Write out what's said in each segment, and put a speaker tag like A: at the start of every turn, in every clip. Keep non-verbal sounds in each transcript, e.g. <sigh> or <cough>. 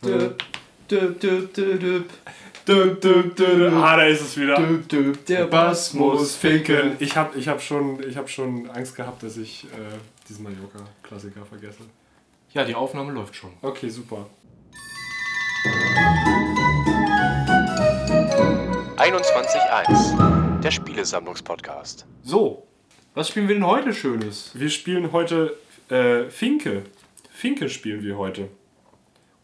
A: Düb, düb, düb, düb, düb.
B: Dö, dö, dö, dö. Ah, da ist es wieder.
A: Düb, düb, der Bass muss finken.
B: Ich habe ich hab schon, ich hab schon Angst gehabt, dass ich äh, diesen Mallorca-Klassiker vergesse.
C: Ja, die Aufnahme läuft schon.
B: Okay, super.
D: 21.1 Der Spielesammlungspodcast.
C: So, was spielen wir denn heute Schönes?
B: Wir spielen heute äh, Finke. Finke spielen wir heute.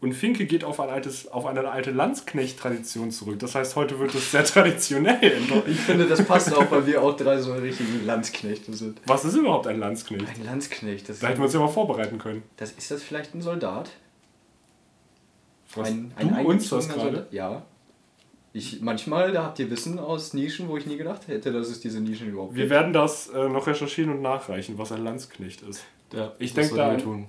B: Und Finke geht auf, ein altes, auf eine alte Landsknecht-Tradition zurück. Das heißt, heute wird es sehr <laughs> traditionell. in Deutschland.
A: Ich finde, das passt auch, weil wir auch drei so richtige Landsknechte sind.
B: Was ist überhaupt ein Landsknecht?
A: Ein Landsknecht, das ist,
B: Da hätten wir uns ja mal vorbereiten können.
A: das, ist das vielleicht ein Soldat?
B: Was,
A: ein,
B: du uns das
A: eingezogener
B: gerade?
A: Soldat? Ja. Ich, manchmal, da habt ihr Wissen aus Nischen, wo ich nie gedacht hätte, dass es diese Nischen überhaupt
B: Wir werden das äh, noch recherchieren und nachreichen, was ein Landsknecht ist.
C: Ja,
B: Ich
C: das
B: denk
C: sollten wir
B: da-
C: tun.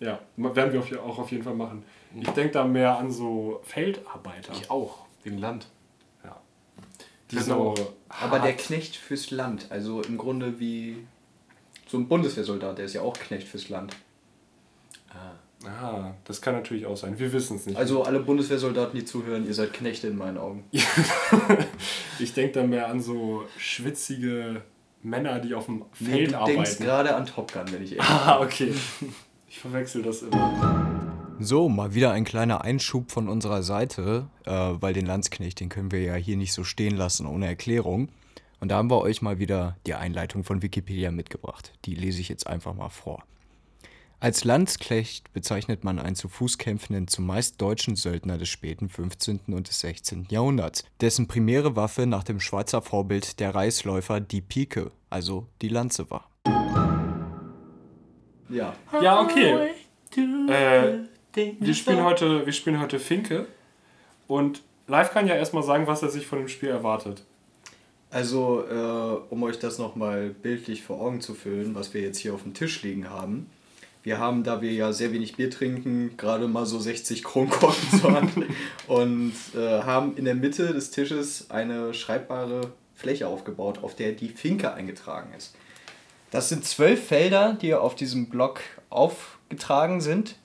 B: Ja, ma- werden wir auf, auch auf jeden Fall machen. Ich denke da mehr an so Feldarbeiter.
C: Ich auch, wegen Land.
B: Ja.
C: Ich
B: Die so
A: Aber der Knecht fürs Land, also im Grunde wie so ein Bundeswehrsoldat, der ist ja auch Knecht fürs Land.
B: Ah, das kann natürlich auch sein. Wir wissen es nicht.
A: Also alle Bundeswehrsoldaten, die zuhören, ihr seid Knechte in meinen Augen.
B: ich denke da mehr an so schwitzige Männer, die auf dem
A: Nee,
B: Feld
A: du denkst
B: arbeiten.
A: gerade an Top Gun, wenn ich
B: <laughs>
A: ehrlich
B: Ah, okay. Ich verwechsel das immer.
E: So, mal wieder ein kleiner Einschub von unserer Seite, äh, weil den Landsknecht, den können wir ja hier nicht so stehen lassen ohne Erklärung. Und da haben wir euch mal wieder die Einleitung von Wikipedia mitgebracht. Die lese ich jetzt einfach mal vor. Als Landsknecht bezeichnet man einen zu Fuß kämpfenden, zumeist deutschen Söldner des späten 15. und des 16. Jahrhunderts, dessen primäre Waffe nach dem Schweizer Vorbild der Reichsläufer die Pike, also die Lanze war.
A: Ja,
B: Ja, okay. Äh, wir, spielen heute, wir spielen heute Finke. Und Live kann ja erstmal sagen, was er sich von dem Spiel erwartet.
A: also äh, um euch das nochmal bildlich vor Augen zu füllen, was wir jetzt hier auf dem Tisch liegen haben. Wir haben, da wir ja sehr wenig Bier trinken, gerade mal so 60 Kronkorken zur Hand und äh, haben in der Mitte des Tisches eine schreibbare Fläche aufgebaut, auf der die Finke eingetragen ist. Das sind zwölf Felder, die auf diesem Block aufgetragen sind,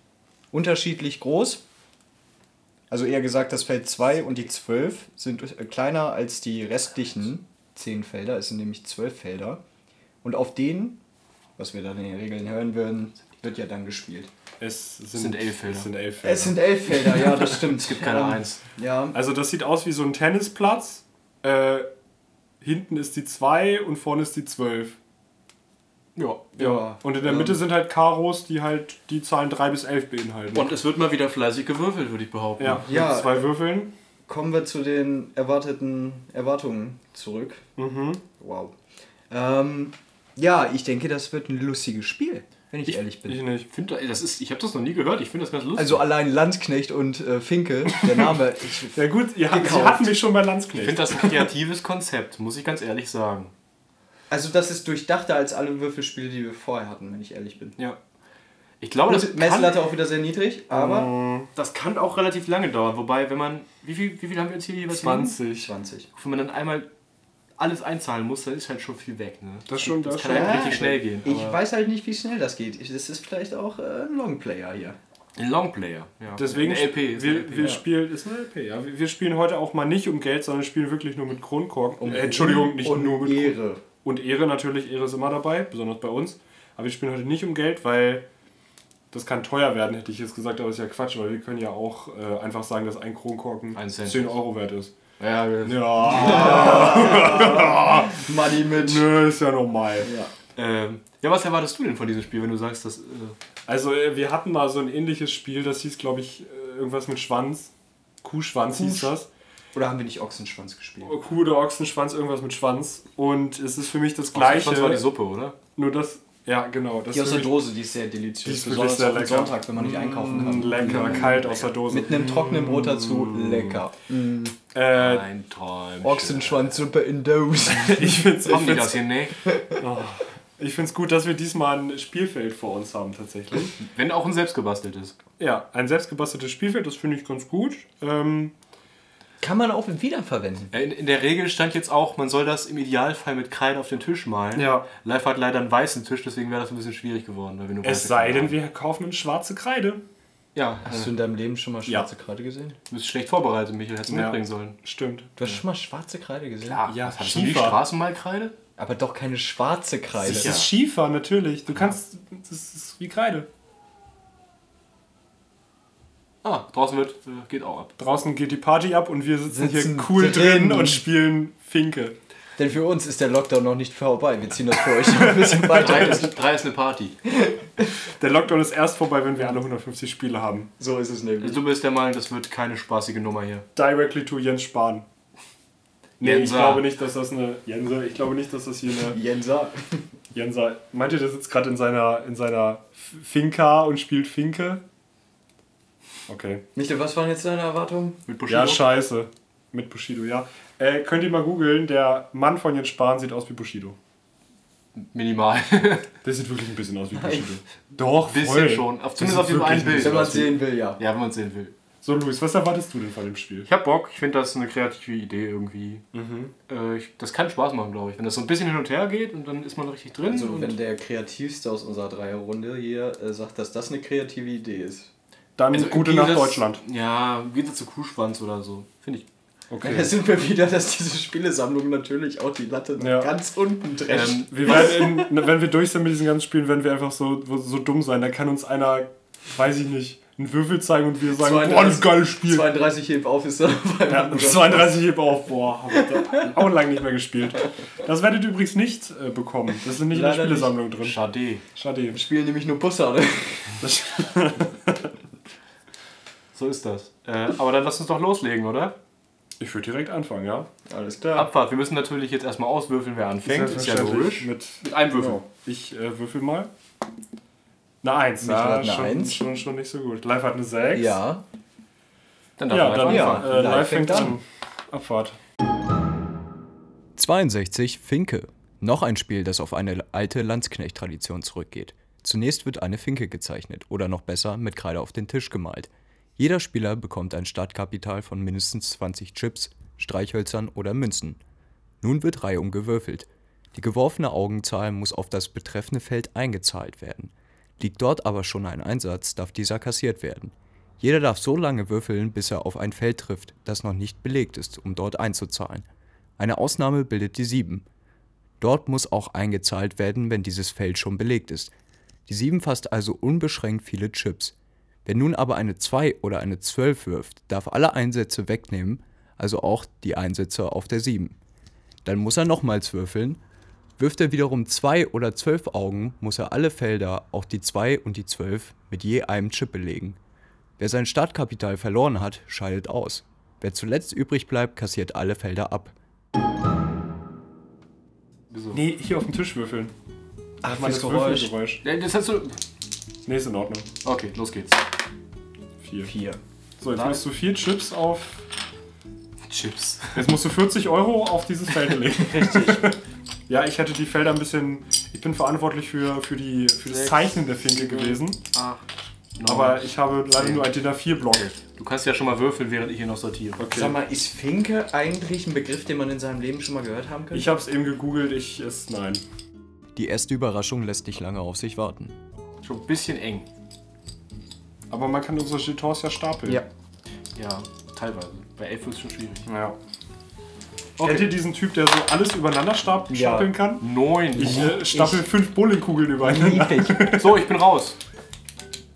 A: unterschiedlich groß. Also eher gesagt, das Feld 2 und die 12 sind äh, kleiner als die restlichen 10 Felder. Es sind nämlich 12 Felder. Und auf denen, was wir dann in den Regeln hören würden, wird ja dann gespielt.
B: Es sind,
C: sind elf Felder.
B: Es sind elf Felder.
A: Es sind elf Felder, ja, das stimmt. Es
C: gibt keine Eins.
A: Ja,
B: Also das sieht aus wie so ein Tennisplatz. Äh, hinten ist die 2 und vorne ist die 12.
C: Ja.
A: Ja. Ähm.
B: Und in der Mitte sind halt Karos, die halt die Zahlen 3 bis 11 beinhalten.
C: Und es wird mal wieder fleißig gewürfelt, würde ich behaupten.
B: ja,
A: Ja.
B: mit zwei Würfeln.
A: kommen wir zu den erwarteten Erwartungen zurück.
B: Mhm.
A: Wow. Ähm, ja, ich denke, das wird ein lustiges Spiel, wenn ich, ehrlich bin.
B: Ich nicht.
C: Ich, find da- das ist- ich habe das noch nie gehört, ich finde das ganz lustig.
A: Also allein Landsknecht und äh, Finke, der Name. Ich,
B: Ja gut, ihr habt, sie
A: Gekauft.
B: hatten mich schon bei
C: ich
B: Landsknecht.
C: finde das ein kreatives Konzept, muss ich ganz ehrlich sagen.
A: also das ist durchdachter als alle Würfelspiele, die wir vorher hatten, wenn ich ehrlich bin.
C: Ja. Ich glaube, das
A: Gut, Messlatte
C: kann,
A: auch wieder sehr niedrig,
B: Mhm.
A: aber
C: das kann auch relativ lange dauern. Wobei, wenn man. Wie viel, wie viel haben wir jetzt hier jeweils? liegen?
B: 20.
A: 20.
C: Wenn man dann einmal alles einzahlen muss, dann ist halt schon viel weg. Ne?
B: Das ist schon, das
C: Das
B: ist
C: kann
B: schon.
C: halt
A: Ja.
C: richtig schnell gehen.
A: Ich
C: aber-
A: weiß halt nicht, wie schnell das geht. Ich- Das ist vielleicht auch äh, ein Longplayer hier.
C: Ein Longplayer. Ja.
B: Deswegen,
C: ein LP ist ein
B: wir,
C: LP.
B: wir, spielen, ist ein LP, ja. wir wir spielen heute auch mal nicht um Geld, sondern spielen wirklich nur mit Kronkorken. äh, Entschuldigung, nicht
A: Um und
B: nur mit Kronkorken.
A: Ehre.
B: Und Ehre natürlich, Ehre ist immer dabei, besonders bei uns. Aber wir spielen heute nicht um Geld, weil das kann teuer werden, hätte ich jetzt gesagt, aber ist ja Quatsch, weil wir können ja auch äh, einfach sagen, dass ein Kronkorken
C: Ein Cent.
B: 10 Euro wert ist.
C: Ja, wir-
B: Ja,
A: Money mit.
B: nö, ist ja normal.
A: Ja.
C: Ähm, ja, was erwartest du denn von diesem Spiel, wenn du sagst, dass. Äh,
B: Also äh, wir hatten mal so ein ähnliches Spiel, das hieß, glaube ich, äh, irgendwas mit Schwanz. Kuhschwanz hieß das.
A: Oder haben wir nicht Ochsenschwanz gespielt?
B: Kuh oder Ochsenschwanz, irgendwas mit Schwanz. Und es ist für mich das
C: Gleiche.
B: gleiche.
C: war die Suppe, oder?
B: nur das. Ja, genau. Das
A: Die aus
B: für
A: der
B: mich-
A: Dose, die ist sehr
B: Die
A: deliziös.
B: ist wirklich
A: Besonders
B: sehr
A: auf den
B: lecker. Mm,
A: Sonntag, wenn man nicht einkaufen kann.
B: lecker, kalt aus der Dose. Mm.
A: Mit einem trockenen Brot dazu, lecker.
B: äh,
C: Ein Träumchen.
A: Ochsenschwanzsuppe
B: <laughs>
A: in Dose.
B: ich find's, ich
C: Haben die
B: find's
C: das hier nicht?
B: Ich finde es gut, dass wir diesmal ein Spielfeld vor uns haben, tatsächlich.
C: Wenn auch ein selbstgebasteltes.
B: ja, ein selbstgebasteltes Spielfeld, das finde ich ganz gut. Ähm,
A: Kann man auch wiederverwenden.
C: Äh, In, in der Regel stand jetzt auch, man soll das im Idealfall mit Kreide auf den Tisch malen.
B: Ja.
C: Live hat leider einen weißen Tisch, deswegen wäre das ein bisschen schwierig geworden. Weil wir nur weiße
B: es sei
C: Kreide
B: denn, wir kaufen eine schwarze Kreide.
C: haben. Ja,
E: Hast
C: äh,
E: du in deinem Leben schon mal
B: Ja.
E: schwarze Kreide gesehen?
C: du bist schlecht vorbereitet, Michael. Hättest du
B: Ja.
C: mitbringen sollen.
B: Stimmt.
E: Du hast schon mal schwarze Kreide gesehen?
B: Ja,
C: was hast du die
B: Schiefer.
C: Straßenmalkreide?
E: Aber doch keine schwarze Kreide.
B: Das ist Schiefer, natürlich. Du kannst. Das ist wie Kreide.
C: Ah, draußen wird, äh, geht auch ab.
B: Draußen geht die Party ab und wir sitzen,
E: Sitzen
B: hier cool
E: drin.
B: drin. und spielen Finke.
E: Denn für uns ist der Lockdown noch nicht vorbei. Wir ziehen das für euch noch ein bisschen weiter.
C: Drei ist, drei ist eine Party.
B: Der Lockdown ist erst vorbei, wenn wir alle 150 Spiele haben.
A: So ist es nämlich.
C: Also du bist der Meinung, das wird keine spaßige Nummer hier.
B: Directly to Jens Spahn. Nee,
C: Jenser.
B: ich glaube nicht, dass das eine. Jenser, ich glaube nicht, dass das hier eine.
A: Jensa.
B: Jenser. Meint ihr, der sitzt gerade in seiner, in seiner F- Finca und spielt Finke? Okay.
A: Michael, was waren jetzt deine Erwartungen?
C: Mit Bushido.
B: Ja, scheiße. Mit Bushido, ja. Äh, könnt ihr mal googeln, der Mann von Jens Spahn sieht aus wie Bushido.
C: Minimal. <laughs>
B: Der sieht wirklich ein bisschen aus wie Bushido. Doch,
C: Bisschen
B: voll.
C: schon. Auf-
B: Das
C: zumindest
B: sieht
C: auf diesem
B: wirklich
C: einen Bild.
B: bisschen
A: Wenn man
B: aus
A: es
B: wie-
A: sehen will, ja.
C: ja, wenn man es sehen will.
B: So, Luis, was erwartest du denn von dem Spiel?
C: Ich hab Bock, ich finde das eine kreative Idee irgendwie. Äh, ich, das kann Spaß machen, glaube ich. Wenn das so ein bisschen hin und her geht und dann ist man richtig drin.
A: Also,
C: und
A: wenn der Kreativste aus unserer Dreierrunde hier äh, sagt, dass das eine kreative Idee ist.
B: Dann
C: Also im
B: gute Nacht
C: Gegensatz-
B: Deutschland.
C: Ja, geht es zu Kuhschwanz oder so. Finde ich.
A: Da sind wir wieder, dass diese Spielesammlung natürlich auch die Latte
B: Ja.
A: ganz unten drescht.
C: Ähm,
B: Wir werden in,
C: <laughs>
B: na, wenn wir durch sind mit diesen ganzen Spielen, werden wir einfach so, so dumm sein. Da kann uns einer, weiß ich nicht, einen Würfel zeigen und wir sagen, boah, das ist ein geiles Spiel.
A: 32 heb auf <laughs> ist dann bei
B: Ja,
A: mir.
B: 32 heb auf, boah, hab ich da auch lange nicht mehr gespielt. Das werdet ihr übrigens nicht äh, bekommen. Das ist nicht in
A: Leider
B: der Spielesammlung drin.
C: Schade.
B: Schade.
A: Spielen nämlich nur Bussarde.
B: Das,
C: So ist das. Äh, aber dann lass uns doch loslegen, oder?
B: ich würde direkt anfangen, ja?
A: Alles klar.
C: Abfahrt. Wir müssen natürlich jetzt erstmal auswürfeln, wer anfängt. Ist ja
B: Selbstverständlich.
C: logisch.
B: Mit,
C: Mit einem Würfel.
B: genau. Ich äh, würfel mal. Eine 1.
E: Michael hat
B: Ja,
E: eine
B: schon,
E: Eins.
B: Schon, schon nicht so gut. Live hat eine 6.
E: Ja.
C: Dann darf
B: Ja,
C: man
B: dann
C: anfangen.
B: äh, live fängt an. Abfahrt.
E: 62 Finke. Noch ein Spiel, das auf eine alte Landsknecht-Tradition zurückgeht. Zunächst wird eine Finke gezeichnet oder noch besser mit Kreide auf den Tisch gemalt. Jeder Spieler bekommt ein Startkapital von mindestens 20 Chips, Streichhölzern oder Münzen. Nun wird reihum gewürfelt. Die geworfene Augenzahl muss auf das betreffende Feld eingezahlt werden. Liegt dort aber schon ein Einsatz, darf dieser kassiert werden. Jeder darf so lange würfeln, bis er auf ein Feld trifft, das noch nicht belegt ist, um dort einzuzahlen. Eine Ausnahme bildet die 7. Dort muss auch eingezahlt werden, wenn dieses Feld schon belegt ist. Die 7 fasst also unbeschränkt viele Chips. Wer nun aber eine 2 oder eine 12 wirft, darf alle Einsätze wegnehmen, also auch die Einsätze auf der 7. Dann muss er nochmals würfeln. Wirft er wiederum 2 oder 12 Augen, muss er alle Felder, auch die 2 und die 12, mit je einem Chip belegen. Wer sein Startkapital verloren hat, scheidet aus. Wer zuletzt übrig bleibt, kassiert alle Felder ab.
C: Wieso?
B: Nee, hier auf dem Tisch würfeln.
A: Ach,
B: Mal das Würfelgeräusch.
C: Nee, Das hast du.
B: Nee, ist in Ordnung.
C: Okay, los geht's.
B: Vier.
A: Vier.
B: So, jetzt
C: Nein.
B: musst du vier Chips auf.
C: Chips.
B: Jetzt musst du 40 Euro auf dieses Feld
A: <laughs>
B: legen. ja, ich hätte die Felder ein bisschen. Ich bin verantwortlich für, für, die, für das
C: Sechs.
B: Zeichnen der Finke gewesen.
C: Ah,
B: Aber ich habe leider nur ein DIN A4-Block.
C: du kannst ja schon mal würfeln, während ich hier noch sortiere.
A: Sag
B: Okay.
A: mal, ist Finke eigentlich ein Begriff, den man in seinem Leben schon mal gehört haben könnte?
B: Ich habe es eben gegoogelt, ich es. Nein.
E: Die erste Überraschung lässt nicht lange auf sich warten.
C: Schon ein bisschen eng.
B: Aber man kann unsere Jetons ja stapeln.
A: Ja.
C: Ja, teilweise. Bei 11 wird es schon schwierig.
B: ja. Kennt ihr diesen Typ, der so alles übereinander stap
A: Ja.
B: stapeln kann?
C: 9.
B: Ich äh, stapel fünf Bowlingkugeln übereinander.
C: Oh,
A: <laughs>
C: so, ich bin raus.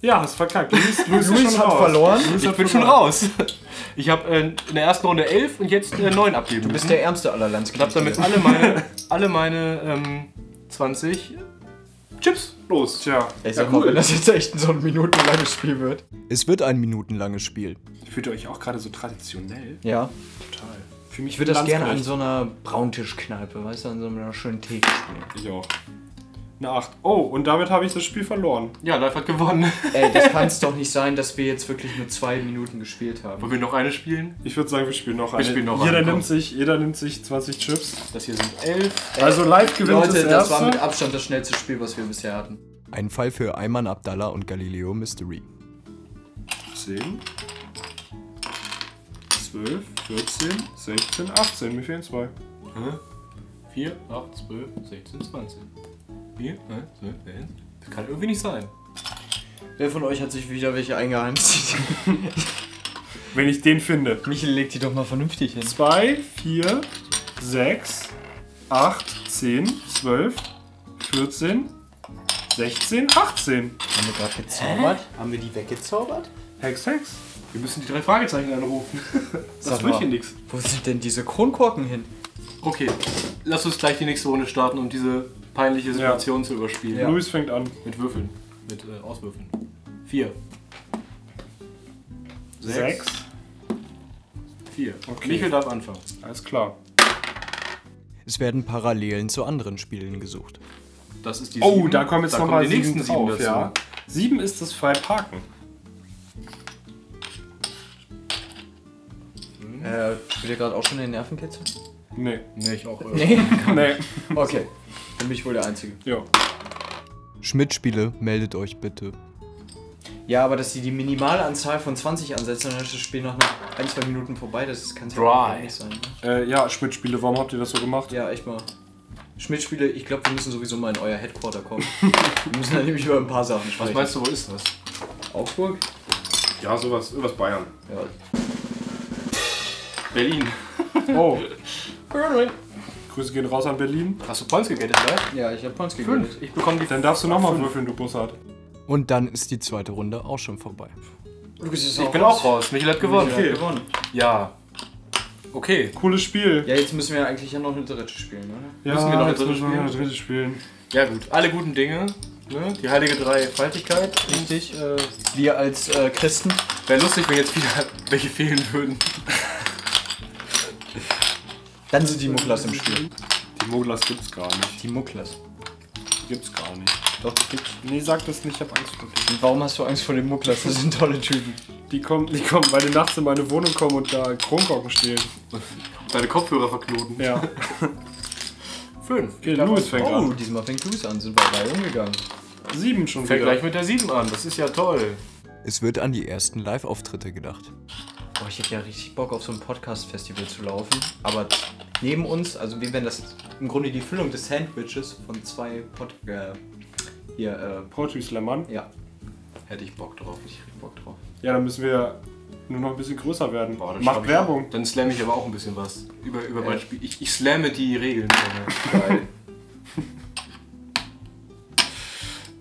B: Ja, hast verkackt. Luis, Luis, ist schon
A: hat
B: raus.
A: verloren.
B: Luis
C: Ich
B: hat
C: bin schon
B: verloren.
C: raus. <laughs> Ich habe äh, in der ersten Runde 11 und jetzt äh, 9 abgeben
A: Du bist
C: müssen.
A: der Ärmste aller
C: Ich habe
A: Landsknechte.
C: damit alle meine, alle meine ähm, 20 Chips los.
B: Tja,
A: Ey, sag mal, wenn das jetzt echt so ein minutenlanges Spiel wird.
E: Es wird ein minutenlanges Spiel.
B: fühlt ihr euch auch gerade so traditionell?
A: Ja.
B: Total. Für mich
A: Ich würde das gerne an so einer Brauntischkneipe, weißt du, an so einer schönen Theke spielen.
B: Ich auch. Eine 8. Oh, und damit habe ich das Spiel verloren.
C: Ja, Live hat gewonnen.
A: Ey, <laughs> das kann es doch nicht sein, dass wir jetzt wirklich nur zwei Minuten gespielt haben.
C: Wollen wir noch eine spielen?
B: Ich würde sagen, wir spielen noch eine.
C: spielen noch
B: jeder,
C: eine, komm.
B: nimmt sich, jeder nimmt sich 20 Chips.
C: Das hier sind 11.
B: Also live gewinnt
A: Leute,
B: das
A: das war
B: erste.
A: mit Abstand das schnellste Spiel, was wir bisher hatten.
E: Ein Fall für Ayman Abdallah und Galileo Mystery.
B: 10, 12, 14, 16, 18. Mir fehlen zwei.
C: 4, 8, 12, 16, 20. 4, 9, 12, 11. Das kann irgendwie nicht sein.
A: Wer von euch hat sich wieder welche <laughs> eingeheimst?
B: Wenn ich den finde.
A: Michel, leg die doch mal vernünftig hin.
B: 2, 4, 6, 8, 10, 12, 14, 16, 18.
A: Haben wir gerade gezaubert? Haben wir die weggezaubert?
B: Hex, Hex.
C: Wir müssen die drei Fragezeichen anrufen.
A: Sag
C: Das wird
A: mal.
C: hier nichts.
A: Wo sind denn diese Kronkorken hin?
C: Okay, lass uns gleich die nächste Runde starten, um diese peinliche Situation zu überspielen.
A: Ja.
B: Luis fängt an.
C: Mit Würfeln. Mit äh, Auswürfeln. Vier.
B: 6.
C: Vier.
B: Okay.
C: Michael darf anfangen.
B: Alles klar.
E: Es werden Parallelen zu anderen Spielen gesucht.
C: Das ist die
B: Oh,
C: sieben.
B: da kommen jetzt
C: kommen
B: nochmal
C: die nächsten sieben
B: auf,
C: dazu.
B: ja. Sieben ist das frei parken.
A: Äh, spielt ihr gerade auch schon den Nervenkitzel?
B: Nee.
C: Nee, ich auch. Äh,
A: Nee.
B: Nee.
A: <laughs> Okay. Dann bin ich wohl der Einzige.
B: Jo.
E: Schmidt-Spiele, meldet euch bitte.
A: Ja, aber dass sie die Minimalanzahl von 20 ansetzen, dann ist das Spiel noch nach ein, zwei Minuten vorbei. Das kann ja
C: Dry.
A: auch nicht sein. Ne?
B: Äh, ja, Schmidt-Spiele, warum habt ihr das so gemacht?
A: Ja, echt mal. Schmidt-Spiele, ich glaube, wir müssen sowieso mal in euer Headquarter <laughs> kommen. wir müssen da nämlich über ein paar Sachen
C: Was
A: sprechen.
C: meinst du, wo ist das?
A: Augsburg?
F: Ja, sowas, irgendwas Bayern.
A: Ja.
C: Berlin.
B: Oh. Grüße gehen raus an Berlin.
C: Hast du Points gegettet, oder?
A: Ja, ich habe Points
C: Fünf.
A: gegeben.
C: Ich bekomme die.
B: Dann darfst du nochmal würfeln, du Bussard.
E: Und dann ist die zweite Runde auch schon vorbei.
A: Lukas ist
C: Ich bin auch raus. Michael hat gewonnen.
A: Okay. gewonnen.
C: Ja. Okay.
B: Cooles Spiel.
A: Ja, jetzt müssen wir eigentlich ja noch eine dritte spielen, oder?
B: Ja,
C: Müssen wir noch eine
B: jetzt
C: dritte
B: müssen wir noch eine
C: spielen?
B: dritte spielen.
C: Ja gut. Alle guten Dinge. Ne? Die heilige Dreifaltigkeit.
A: Richtig.
C: Äh,
A: Wir als äh, Christen.
C: Wäre lustig, wenn jetzt wieder <laughs> welche fehlen würden.
A: Dann sind die Mucklas im Spiel.
B: Die Moglas gibt's gar nicht.
A: Die Mucklas.
B: Die gibt's gar nicht.
A: Doch, die gibt's.
B: Nee, sag das nicht, ich hab Angst vor dir.
A: Und warum hast du Angst vor den Mucklas? Das sind tolle Typen.
B: Die kommen, die kommen, weil die nachts in meine Wohnung kommen und da Kronkorken stehlen.
C: Deine Kopfhörer verknoten.
B: Ja.
C: Fünf.
B: Okay, Louis fängt
A: Oh,
B: an.
A: diesmal fängt Luis an. Sind wir bei umgegangen.
B: Sieben schon
C: Fängt
B: wieder.
C: gleich mit der 7 an, das ist ja toll.
E: Es wird an die ersten Live-Auftritte gedacht.
A: Boah, ich hätte ja richtig Bock auf so ein Podcast-Festival zu laufen. Aber neben uns, also wir wären das im Grunde die Füllung des Sandwiches von zwei Pod... Äh, hier,
B: Poetry Slam an.
A: äh, ja.
C: Hätte ich Bock drauf.
A: Ich krieg Bock drauf.
B: Ja, dann müssen wir nur noch ein bisschen größer werden.
C: Boah, dann schreib
B: Macht
C: ich-
B: Werbung.
C: Dann slamme ich aber auch ein bisschen was über, über
A: Äh.
C: mein Spiel. Ich, ich slamme die Regeln. <laughs>
A: Geil.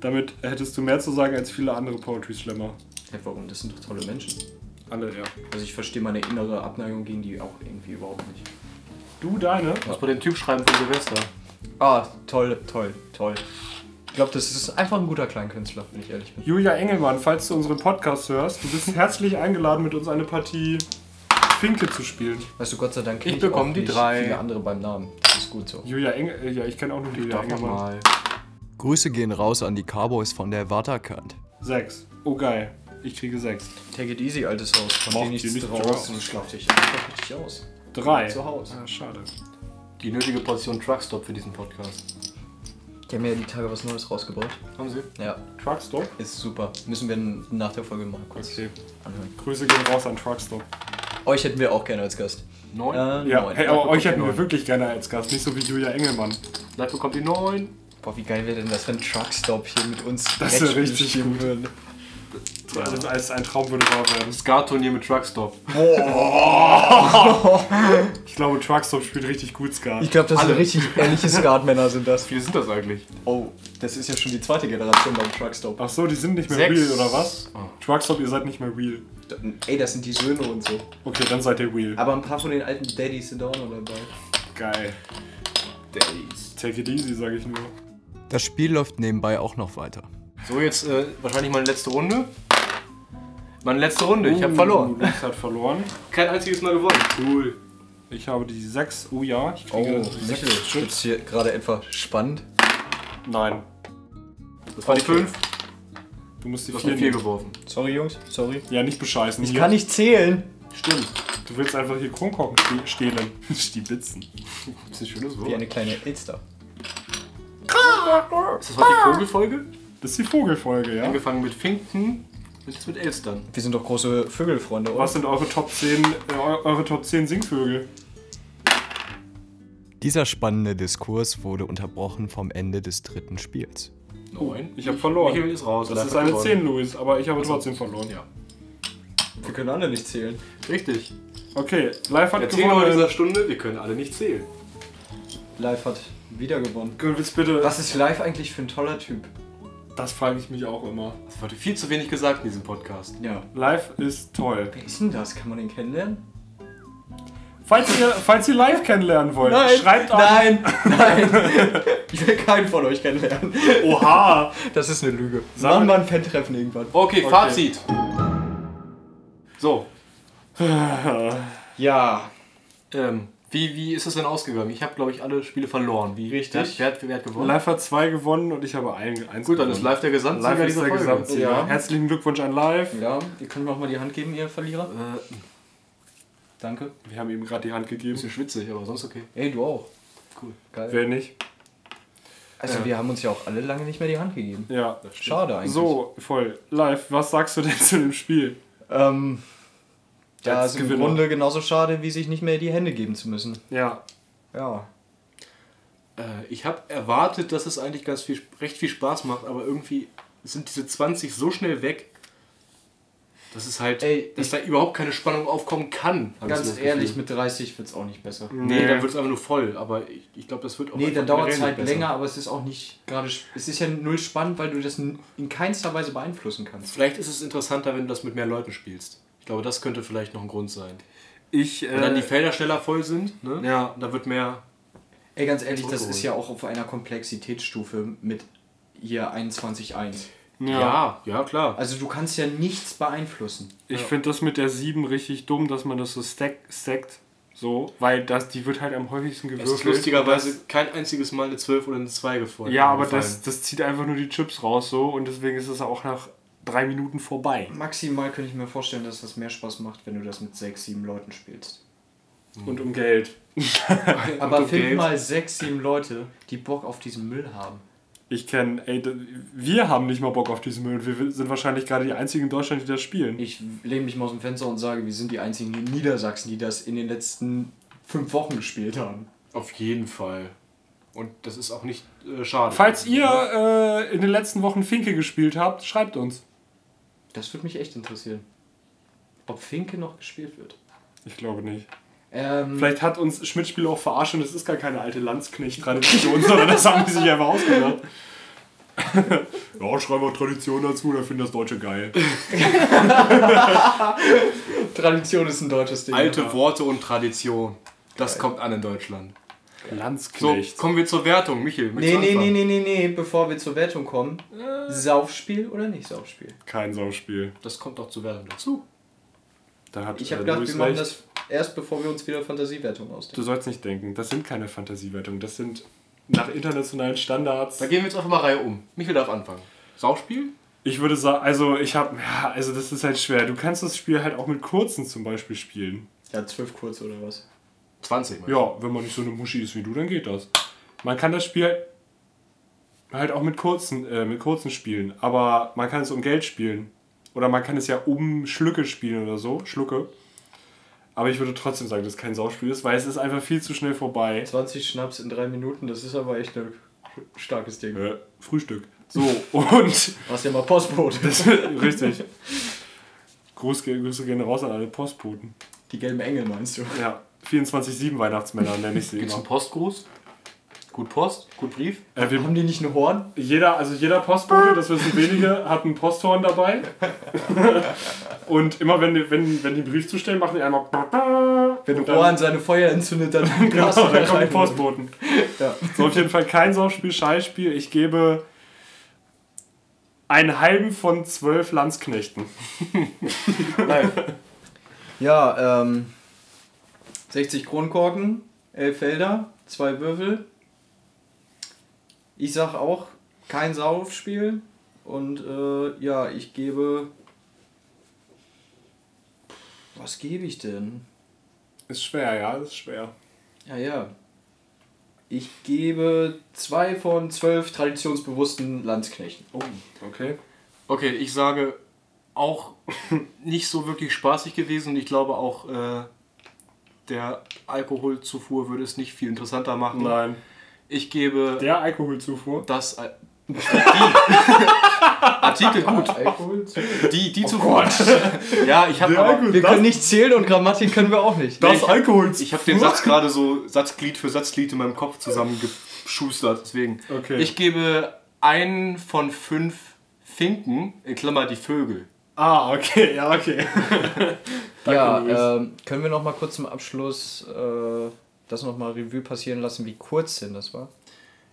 B: Damit hättest du mehr zu sagen als viele andere Poetry Slammer.
A: Hä, warum? Das sind doch tolle Menschen.
B: Alle, ja.
A: Also ich verstehe meine innere Abneigung gegen die auch irgendwie überhaupt nicht.
B: Du, deine?
C: Muss man den Typ schreiben von Silvester.
A: Ah, toll, toll, toll. Ich glaube, das ist einfach ein guter Kleinkünstler, wenn ich ehrlich bin.
B: Julia Engelmann, falls du unseren Podcast hörst, du bist herzlich eingeladen, mit uns eine Partie Finke zu spielen.
A: Weißt du, Gott sei Dank kenn
C: Ich bekomme
A: auch
C: die
A: nicht
C: drei.
A: viele andere beim Namen. Das ist gut so.
B: Julia Engel, äh, ja, ich kenne auch nur Julia
C: Darf man
B: Engelmann.
C: mal.
E: Grüße gehen raus an die Cowboys von der Waterkant.
B: Sechs. Oh, geil. Ich kriege sechs.
A: Take it easy, altes Haus. Von
B: Mach
A: dir
B: dir
A: nichts
B: nicht
A: draus.
B: draus.
A: Und schlaf dich einfach richtig aus.
B: Drei.
A: Zu Hause.
B: Ah, schade.
C: Die nötige Portion Truckstop für diesen Podcast.
A: Die haben ja die Tage was Neues rausgebracht.
C: Haben Sie?
A: Ja,
B: Truckstop?
A: ist super. Müssen wir nach der Folge mal kurz
B: Okay.
A: anhören.
B: Grüße gehen raus an Truckstop.
A: Euch hätten wir auch gerne als Gast.
C: Neun.
A: Äh,
B: Ja,
A: neun.
B: hey, aber euch
C: die
B: hätten wir
C: neun.
B: wirklich gerne als Gast, nicht so wie Julia Engelmann.
C: Live bekommt die neun.
A: Boah, wie geil wäre denn das, wenn Truckstop hier mit uns
B: Das wär
A: Brettspiel
B: richtig
A: spielen
B: gut.
A: würde?
B: Das als ein Traum würde wahr werden.
C: Skat-Turnier mit Truckstop.
B: Ich glaube, Truckstop spielt richtig gut Skat.
A: Ich glaube, das sind
C: Alle.
A: richtig ehrliche Skatmänner sind das.
C: Wie viele sind das eigentlich?
A: <laughs> Oh, das ist ja schon die zweite Generation beim Truckstop.
B: Ach so, die sind nicht mehr
C: Sechs.
B: real, oder was? Truckstop, ihr seid nicht mehr real.
A: Ey, das sind die Söhne und so.
B: Okay, dann seid ihr real.
A: Aber ein paar von den alten Daddies sind auch noch dabei.
B: Geil. Days. Take it easy, sag ich nur.
E: Das Spiel läuft nebenbei auch noch weiter.
C: So, jetzt äh, wahrscheinlich meine letzte Runde. Meine letzte Runde, ich habe
A: Uh.
C: verloren.
B: Luis hat verloren.
C: Kein einziges Mal gewonnen.
B: Cool. Ich habe die 6. Oh ja, ich kriege
A: Oh,
B: sechs
A: Michel,
B: Stück.
A: gibt's hier gerade etwa spannend?
B: Nein.
C: Das war die fünf.
B: Du musst die
C: Du hast
B: 4
C: eine vier
B: nehmen.
C: geworfen.
A: Sorry, Jungs, sorry.
B: Ja, nicht bescheißen.
A: Ich
B: Hier.
A: kann nicht zählen.
C: Stimmt.
B: Du willst einfach hier Kronkorken ste- stehlen. <laughs> Stiebitzen.
C: Das ist ein schönes
A: Wie
C: Wort.
A: eine kleine Elster.
C: Ist das heute die Vogelfolge?
B: Das ist die Vogelfolge, ja?
C: Angefangen mit Finken und jetzt mit Elstern.
A: Wir sind doch große Vögelfreunde, oder?
B: Was sind eure Top 10, äh, eu- eure Top 10 Singvögel?
E: Dieser spannende Diskurs wurde unterbrochen vom Ende des dritten Spiels.
C: Neun.
B: Ich habe verloren.
C: Michael ist raus.
B: das
C: Leider
B: ist eine
C: verloren.
B: 10, Luis, aber ich habe trotzdem verloren.
C: Ja.
A: Wir können alle nicht zählen.
C: Richtig.
B: Okay, live hat
C: Der Tenor
B: gewonnen.
C: dieser Stunde, wir können alle nicht zählen.
A: Live hat wieder gewonnen.
B: Du willst bitte.
A: Was ist Live eigentlich für ein toller Typ?
B: Das frage ich mich auch immer.
C: Es wurde viel zu wenig gesagt in diesem Podcast.
A: Ja.
B: Live ist toll.
A: Wer ist denn das? Kann man den kennenlernen?
B: Falls ihr, falls ihr live kennenlernen wollt, schreibt an.
A: Nein! Nein! <laughs> ich will keinen von euch kennenlernen.
B: <laughs> Oha!
E: Das ist eine Lüge.
A: Machen wir ein Fan-Treffen irgendwann.
C: Okay, Fazit. So,
A: Ja,
C: ähm, wie, wie ist es denn ausgegangen? Ich habe, glaube ich, alle Spiele verloren. Wie,
A: Richtig.
C: Wer, hat- wer, hat, wer hat gewonnen?
B: Live hat zwei gewonnen und ich habe ein, eins
C: Gut, dann
B: gewonnen.
C: ist live der Gesamtsieger
B: Live ist
C: dieser
B: der
C: Folge.
B: Gesamtsieger.
A: Ja.
B: Herzlichen Glückwunsch an Live.
A: ja, ihr könnt mir auch mal die Hand geben, ihr Verlierer.
C: Äh,
A: Danke.
B: Wir haben ihm gerade die Hand gegeben.
C: bisschen schwitzig, aber sonst okay.
A: Ey, du auch.
C: Cool.
A: Geil.
B: Wer nicht?
A: Also, wir haben uns ja auch alle lange nicht mehr die Hand gegeben.
B: Ja.
A: Schade eigentlich.
B: So, voll. Live, was sagst du denn <laughs> zu dem Spiel?
A: Ähm, ja,
B: Als
A: ist im
B: Gewinner.
A: Grunde genauso schade, wie sich nicht mehr die Hände geben zu müssen.
B: Ja.
A: Ja.
C: Äh, ich habe erwartet, dass es eigentlich ganz viel, recht viel Spaß macht, aber irgendwie sind diese 20 so schnell weg, dass es halt,
A: Ey,
C: dass da überhaupt keine Spannung aufkommen kann. hab ich so
A: Ganz
C: das
A: ehrlich,
C: Gefühl.
A: mit 30 wird es auch nicht besser.
C: Nee, dann wird es einfach nur voll, aber ich, ich glaube, das wird auch.
A: Nee, dann
C: einfach
A: dauert es
C: generell
A: halt
C: nicht besser.
A: länger, aber es ist auch nicht gerade. sp- Es ist ja null spannend, weil du das n- in keinster Weise beeinflussen kannst.
C: Vielleicht ist es interessanter, wenn du das mit mehr Leuten spielst. Ich glaube, das könnte vielleicht noch ein Grund sein.
B: Ich,
C: Wenn dann die
B: äh,
C: Felder schneller voll sind, ne?
B: Ja.
C: Da wird mehr.
A: Ey, ganz ehrlich, das
C: Zurückgeholt.
A: ist ja auch auf einer Komplexitätsstufe mit hier 21.1.
C: Ja, ja, klar.
A: Also du kannst ja nichts beeinflussen.
B: ich finde das mit der 7 richtig dumm, dass man das so stack, stackt. So, weil das, die wird halt am häufigsten
C: Es ist
B: gewürfelt.
C: lustigerweise kein einziges Mal eine 12 oder eine 2 gefallen.
B: Ja, aber das, das zieht einfach nur die Chips raus so und deswegen ist es auch nach drei Minuten vorbei.
A: Maximal könnte ich mir vorstellen, dass das mehr Spaß macht, wenn du das mit 6, 7 Leuten spielst.
B: Und
C: <laughs>
B: um Geld.
A: Aber
C: Mhm. Und um du
A: find
C: gehst-
A: mal 6, 7 Leute, die Bock auf diesen Müll haben.
B: Ich kenne, ey, d- wir haben nicht mal Bock auf diesen Müll. Wir sind wahrscheinlich gerade die einzigen in Deutschland, die das spielen.
A: Ich lehne mich mal aus dem Fenster und sage, wir sind die einzigen in Niedersachsen, die das in den letzten fünf Wochen gespielt haben.
C: Auf jeden Fall. Und das ist auch nicht äh, schade.
B: Falls ihr äh, in den letzten Wochen Finke gespielt habt, schreibt uns.
A: Das würde mich echt interessieren. Ob Finke noch gespielt wird.
B: Ich glaube nicht.
A: Ähm,
B: Vielleicht hat uns Schmidt-Spiel auch verarscht und es ist gar keine alte Landsknecht-Tradition, <laughs> sondern das haben die sich einfach ausgedacht. <laughs> ja, schreiben wir Tradition dazu, dann finden das Deutsche geil.
A: Tradition ist ein deutsches Ding. ne?
C: Alte Worte und Tradition. Das kommt an in Deutschland. So,
B: Landsknecht.
C: kommen wir zur Wertung. Michel,
A: Nee, nee, nee, nee, nee, nee, bevor wir zur Wertung kommen. Saufspiel oder nicht Saufspiel?
B: Kein Sauspiel.
C: Das kommt auch zur Wertung dazu.
B: Da hat,
A: Ich habe
B: äh,
A: gedacht,
B: Luis
A: wir machen
B: recht.
A: das erst, bevor wir uns wieder Fantasiewertung ausdenken.
B: Du sollst nicht denken, das sind keine Fantasiewertungen, das sind nach internationalen Standards.
C: Da gehen wir jetzt einfach mal Reihe um. Michel darf anfangen. Saufspiel?
B: Ich würde sagen, also ich habe, ja, also das ist halt schwer. Du kannst das Spiel halt auch mit kurzen zum Beispiel spielen.
A: Ja, zwölf kurz oder was?
C: 20. Mal.
B: Ja, wenn man nicht so eine Muschi ist wie du, dann geht das. Man kann das Spiel halt, halt auch mit kurzen, äh, mit kurzen spielen, aber man kann es um Geld spielen. Oder man kann es ja um Schlücke spielen oder so, Schlucke. Aber ich würde trotzdem sagen, dass es kein Sauspiel ist, weil es ist einfach viel zu schnell vorbei.
A: 20 Schnaps in drei Minuten, das ist aber echt ein starkes Ding.
B: Äh, Frühstück. So, <laughs> und
A: Hast ja mal Postbote.
B: Das, richtig. Gruß, ge- Grüße gehen raus an alle Postboten.
A: <laughs> Die gelben Engel meinst du?
B: Ja, 24-7 Weihnachtsmänner nenne ich sie
C: Gibt's
B: immer.
C: einen Postgruß? Gut Post? Gut Brief?
B: Äh, wir,
A: Haben die nicht ein Horn?
B: jeder, also jeder Postbote, das wissen wenige, hat einen Posthorn <laughs> dabei. Und immer wenn, die- wenn, wenn die einen Brief zustellen, machen die einmal.
A: Wenn
B: und
A: Rohan seine Feuer entzündet, dann
B: <laughs>
A: ein
B: Genau,
A: Glas
B: dann kommen die
A: rein.
B: Postboten.
A: Ja.
B: So, auf jeden Fall kein Saufspiel, Scheißspiel. Ich gebe einen halben von zwölf Landsknechten.
A: Ja, ähm, 60 Kronkorken, 11 Felder, 2 Würfel. Ich sag auch, kein Saufspiel. Und äh, ja, ich gebe. Was gebe ich denn?
B: Ist schwer, ja, ist schwer.
A: Ja, ja. Ich gebe zwei von zwölf traditionsbewussten Landsknechten.
B: Oh, okay.
C: Okay, ich sage auch <laughs> nicht so wirklich spaßig gewesen und ich glaube auch, äh, der Alkoholzufuhr würde es nicht viel interessanter machen.
B: Nein.
C: Ich gebe
B: Der Alkoholzufuhr.
C: das, äh, Al- Artikel gut.
A: Alkohol?
C: Die, die zuvor. <laughs> ja, ich habe aber.
A: Wir können nicht zählen und Grammatik können wir auch nicht.
C: ich-
B: Alkohol.
C: Ich habe den Satz gerade so Satzglied für Satzglied in meinem Kopf zusammengeschustert. Deswegen.
B: Okay.
C: Ich gebe einen von fünf Finken, in Klammer die Vögel.
B: Ah, okay, ja, okay.
A: Ja, ähm, können wir noch mal kurz zum Abschluss äh, das noch mal Revue passieren lassen, wie kurz denn das war?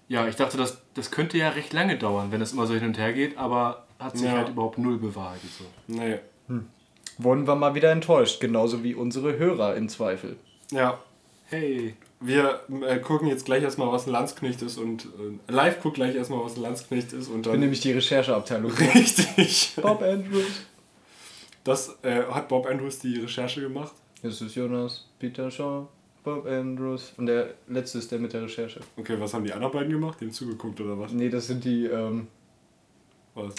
C: Ja, ich dachte, das, das könnte ja recht lange dauern, wenn das immer so hin und her geht, aber hat sich
B: Ja.
C: halt überhaupt null bewahrheitet. So.
B: Nee.
A: Wurden wir mal wieder enttäuscht, genauso wie unsere Hörer im Zweifel.
B: Ja.
C: Hey.
B: Wir äh, gucken jetzt gleich erstmal, was ein Landsknecht ist und äh, live guckt gleich erstmal, was ein Landsknecht ist und
A: Ich bin
B: dann.
A: nämlich die Rechercheabteilung.
B: <laughs> Richtig.
A: <laughs> Bob Andrews.
B: Das äh, hat Bob Andrews die Recherche gemacht.
A: Das ist Jonas, Peter Shaw, Bob Andrews. Und der letzte ist der mit der Recherche.
B: Okay, was haben die anderen beiden gemacht? Dem zugeguckt oder was?
A: Nee, das sind die, ähm,
B: was?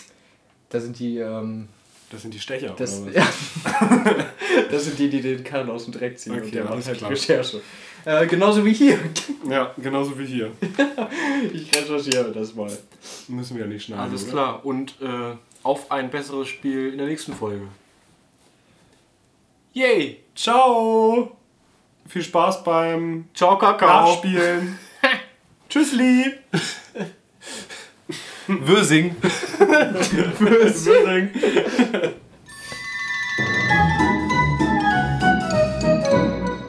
A: das sind die, ähm,
B: Das sind die Stecher
A: das,
B: oder was?
A: ja. <laughs> das sind die, die den Karren aus dem Dreck ziehen
B: Okay,
A: und der macht
B: alles
A: halt
B: klar.
A: die Recherche. Äh, genauso
B: <laughs>
A: wie hier.
B: Ja, genauso wie hier.
A: Ich recherchiere das mal.
B: Müssen wir ja ne? nicht schneiden.
C: Alles
B: oder?
C: klar. Und äh, auf ein besseres Spiel in der nächsten Folge. Yay!
B: Ciao! Viel Spaß beim
C: Ciao, Kakao! <laughs>
B: Nachspielen. Tschüssli!
C: Würsing!
B: Tschüssing!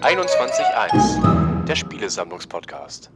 D: einundzwanzig eins Der Spielesammlungspodcast.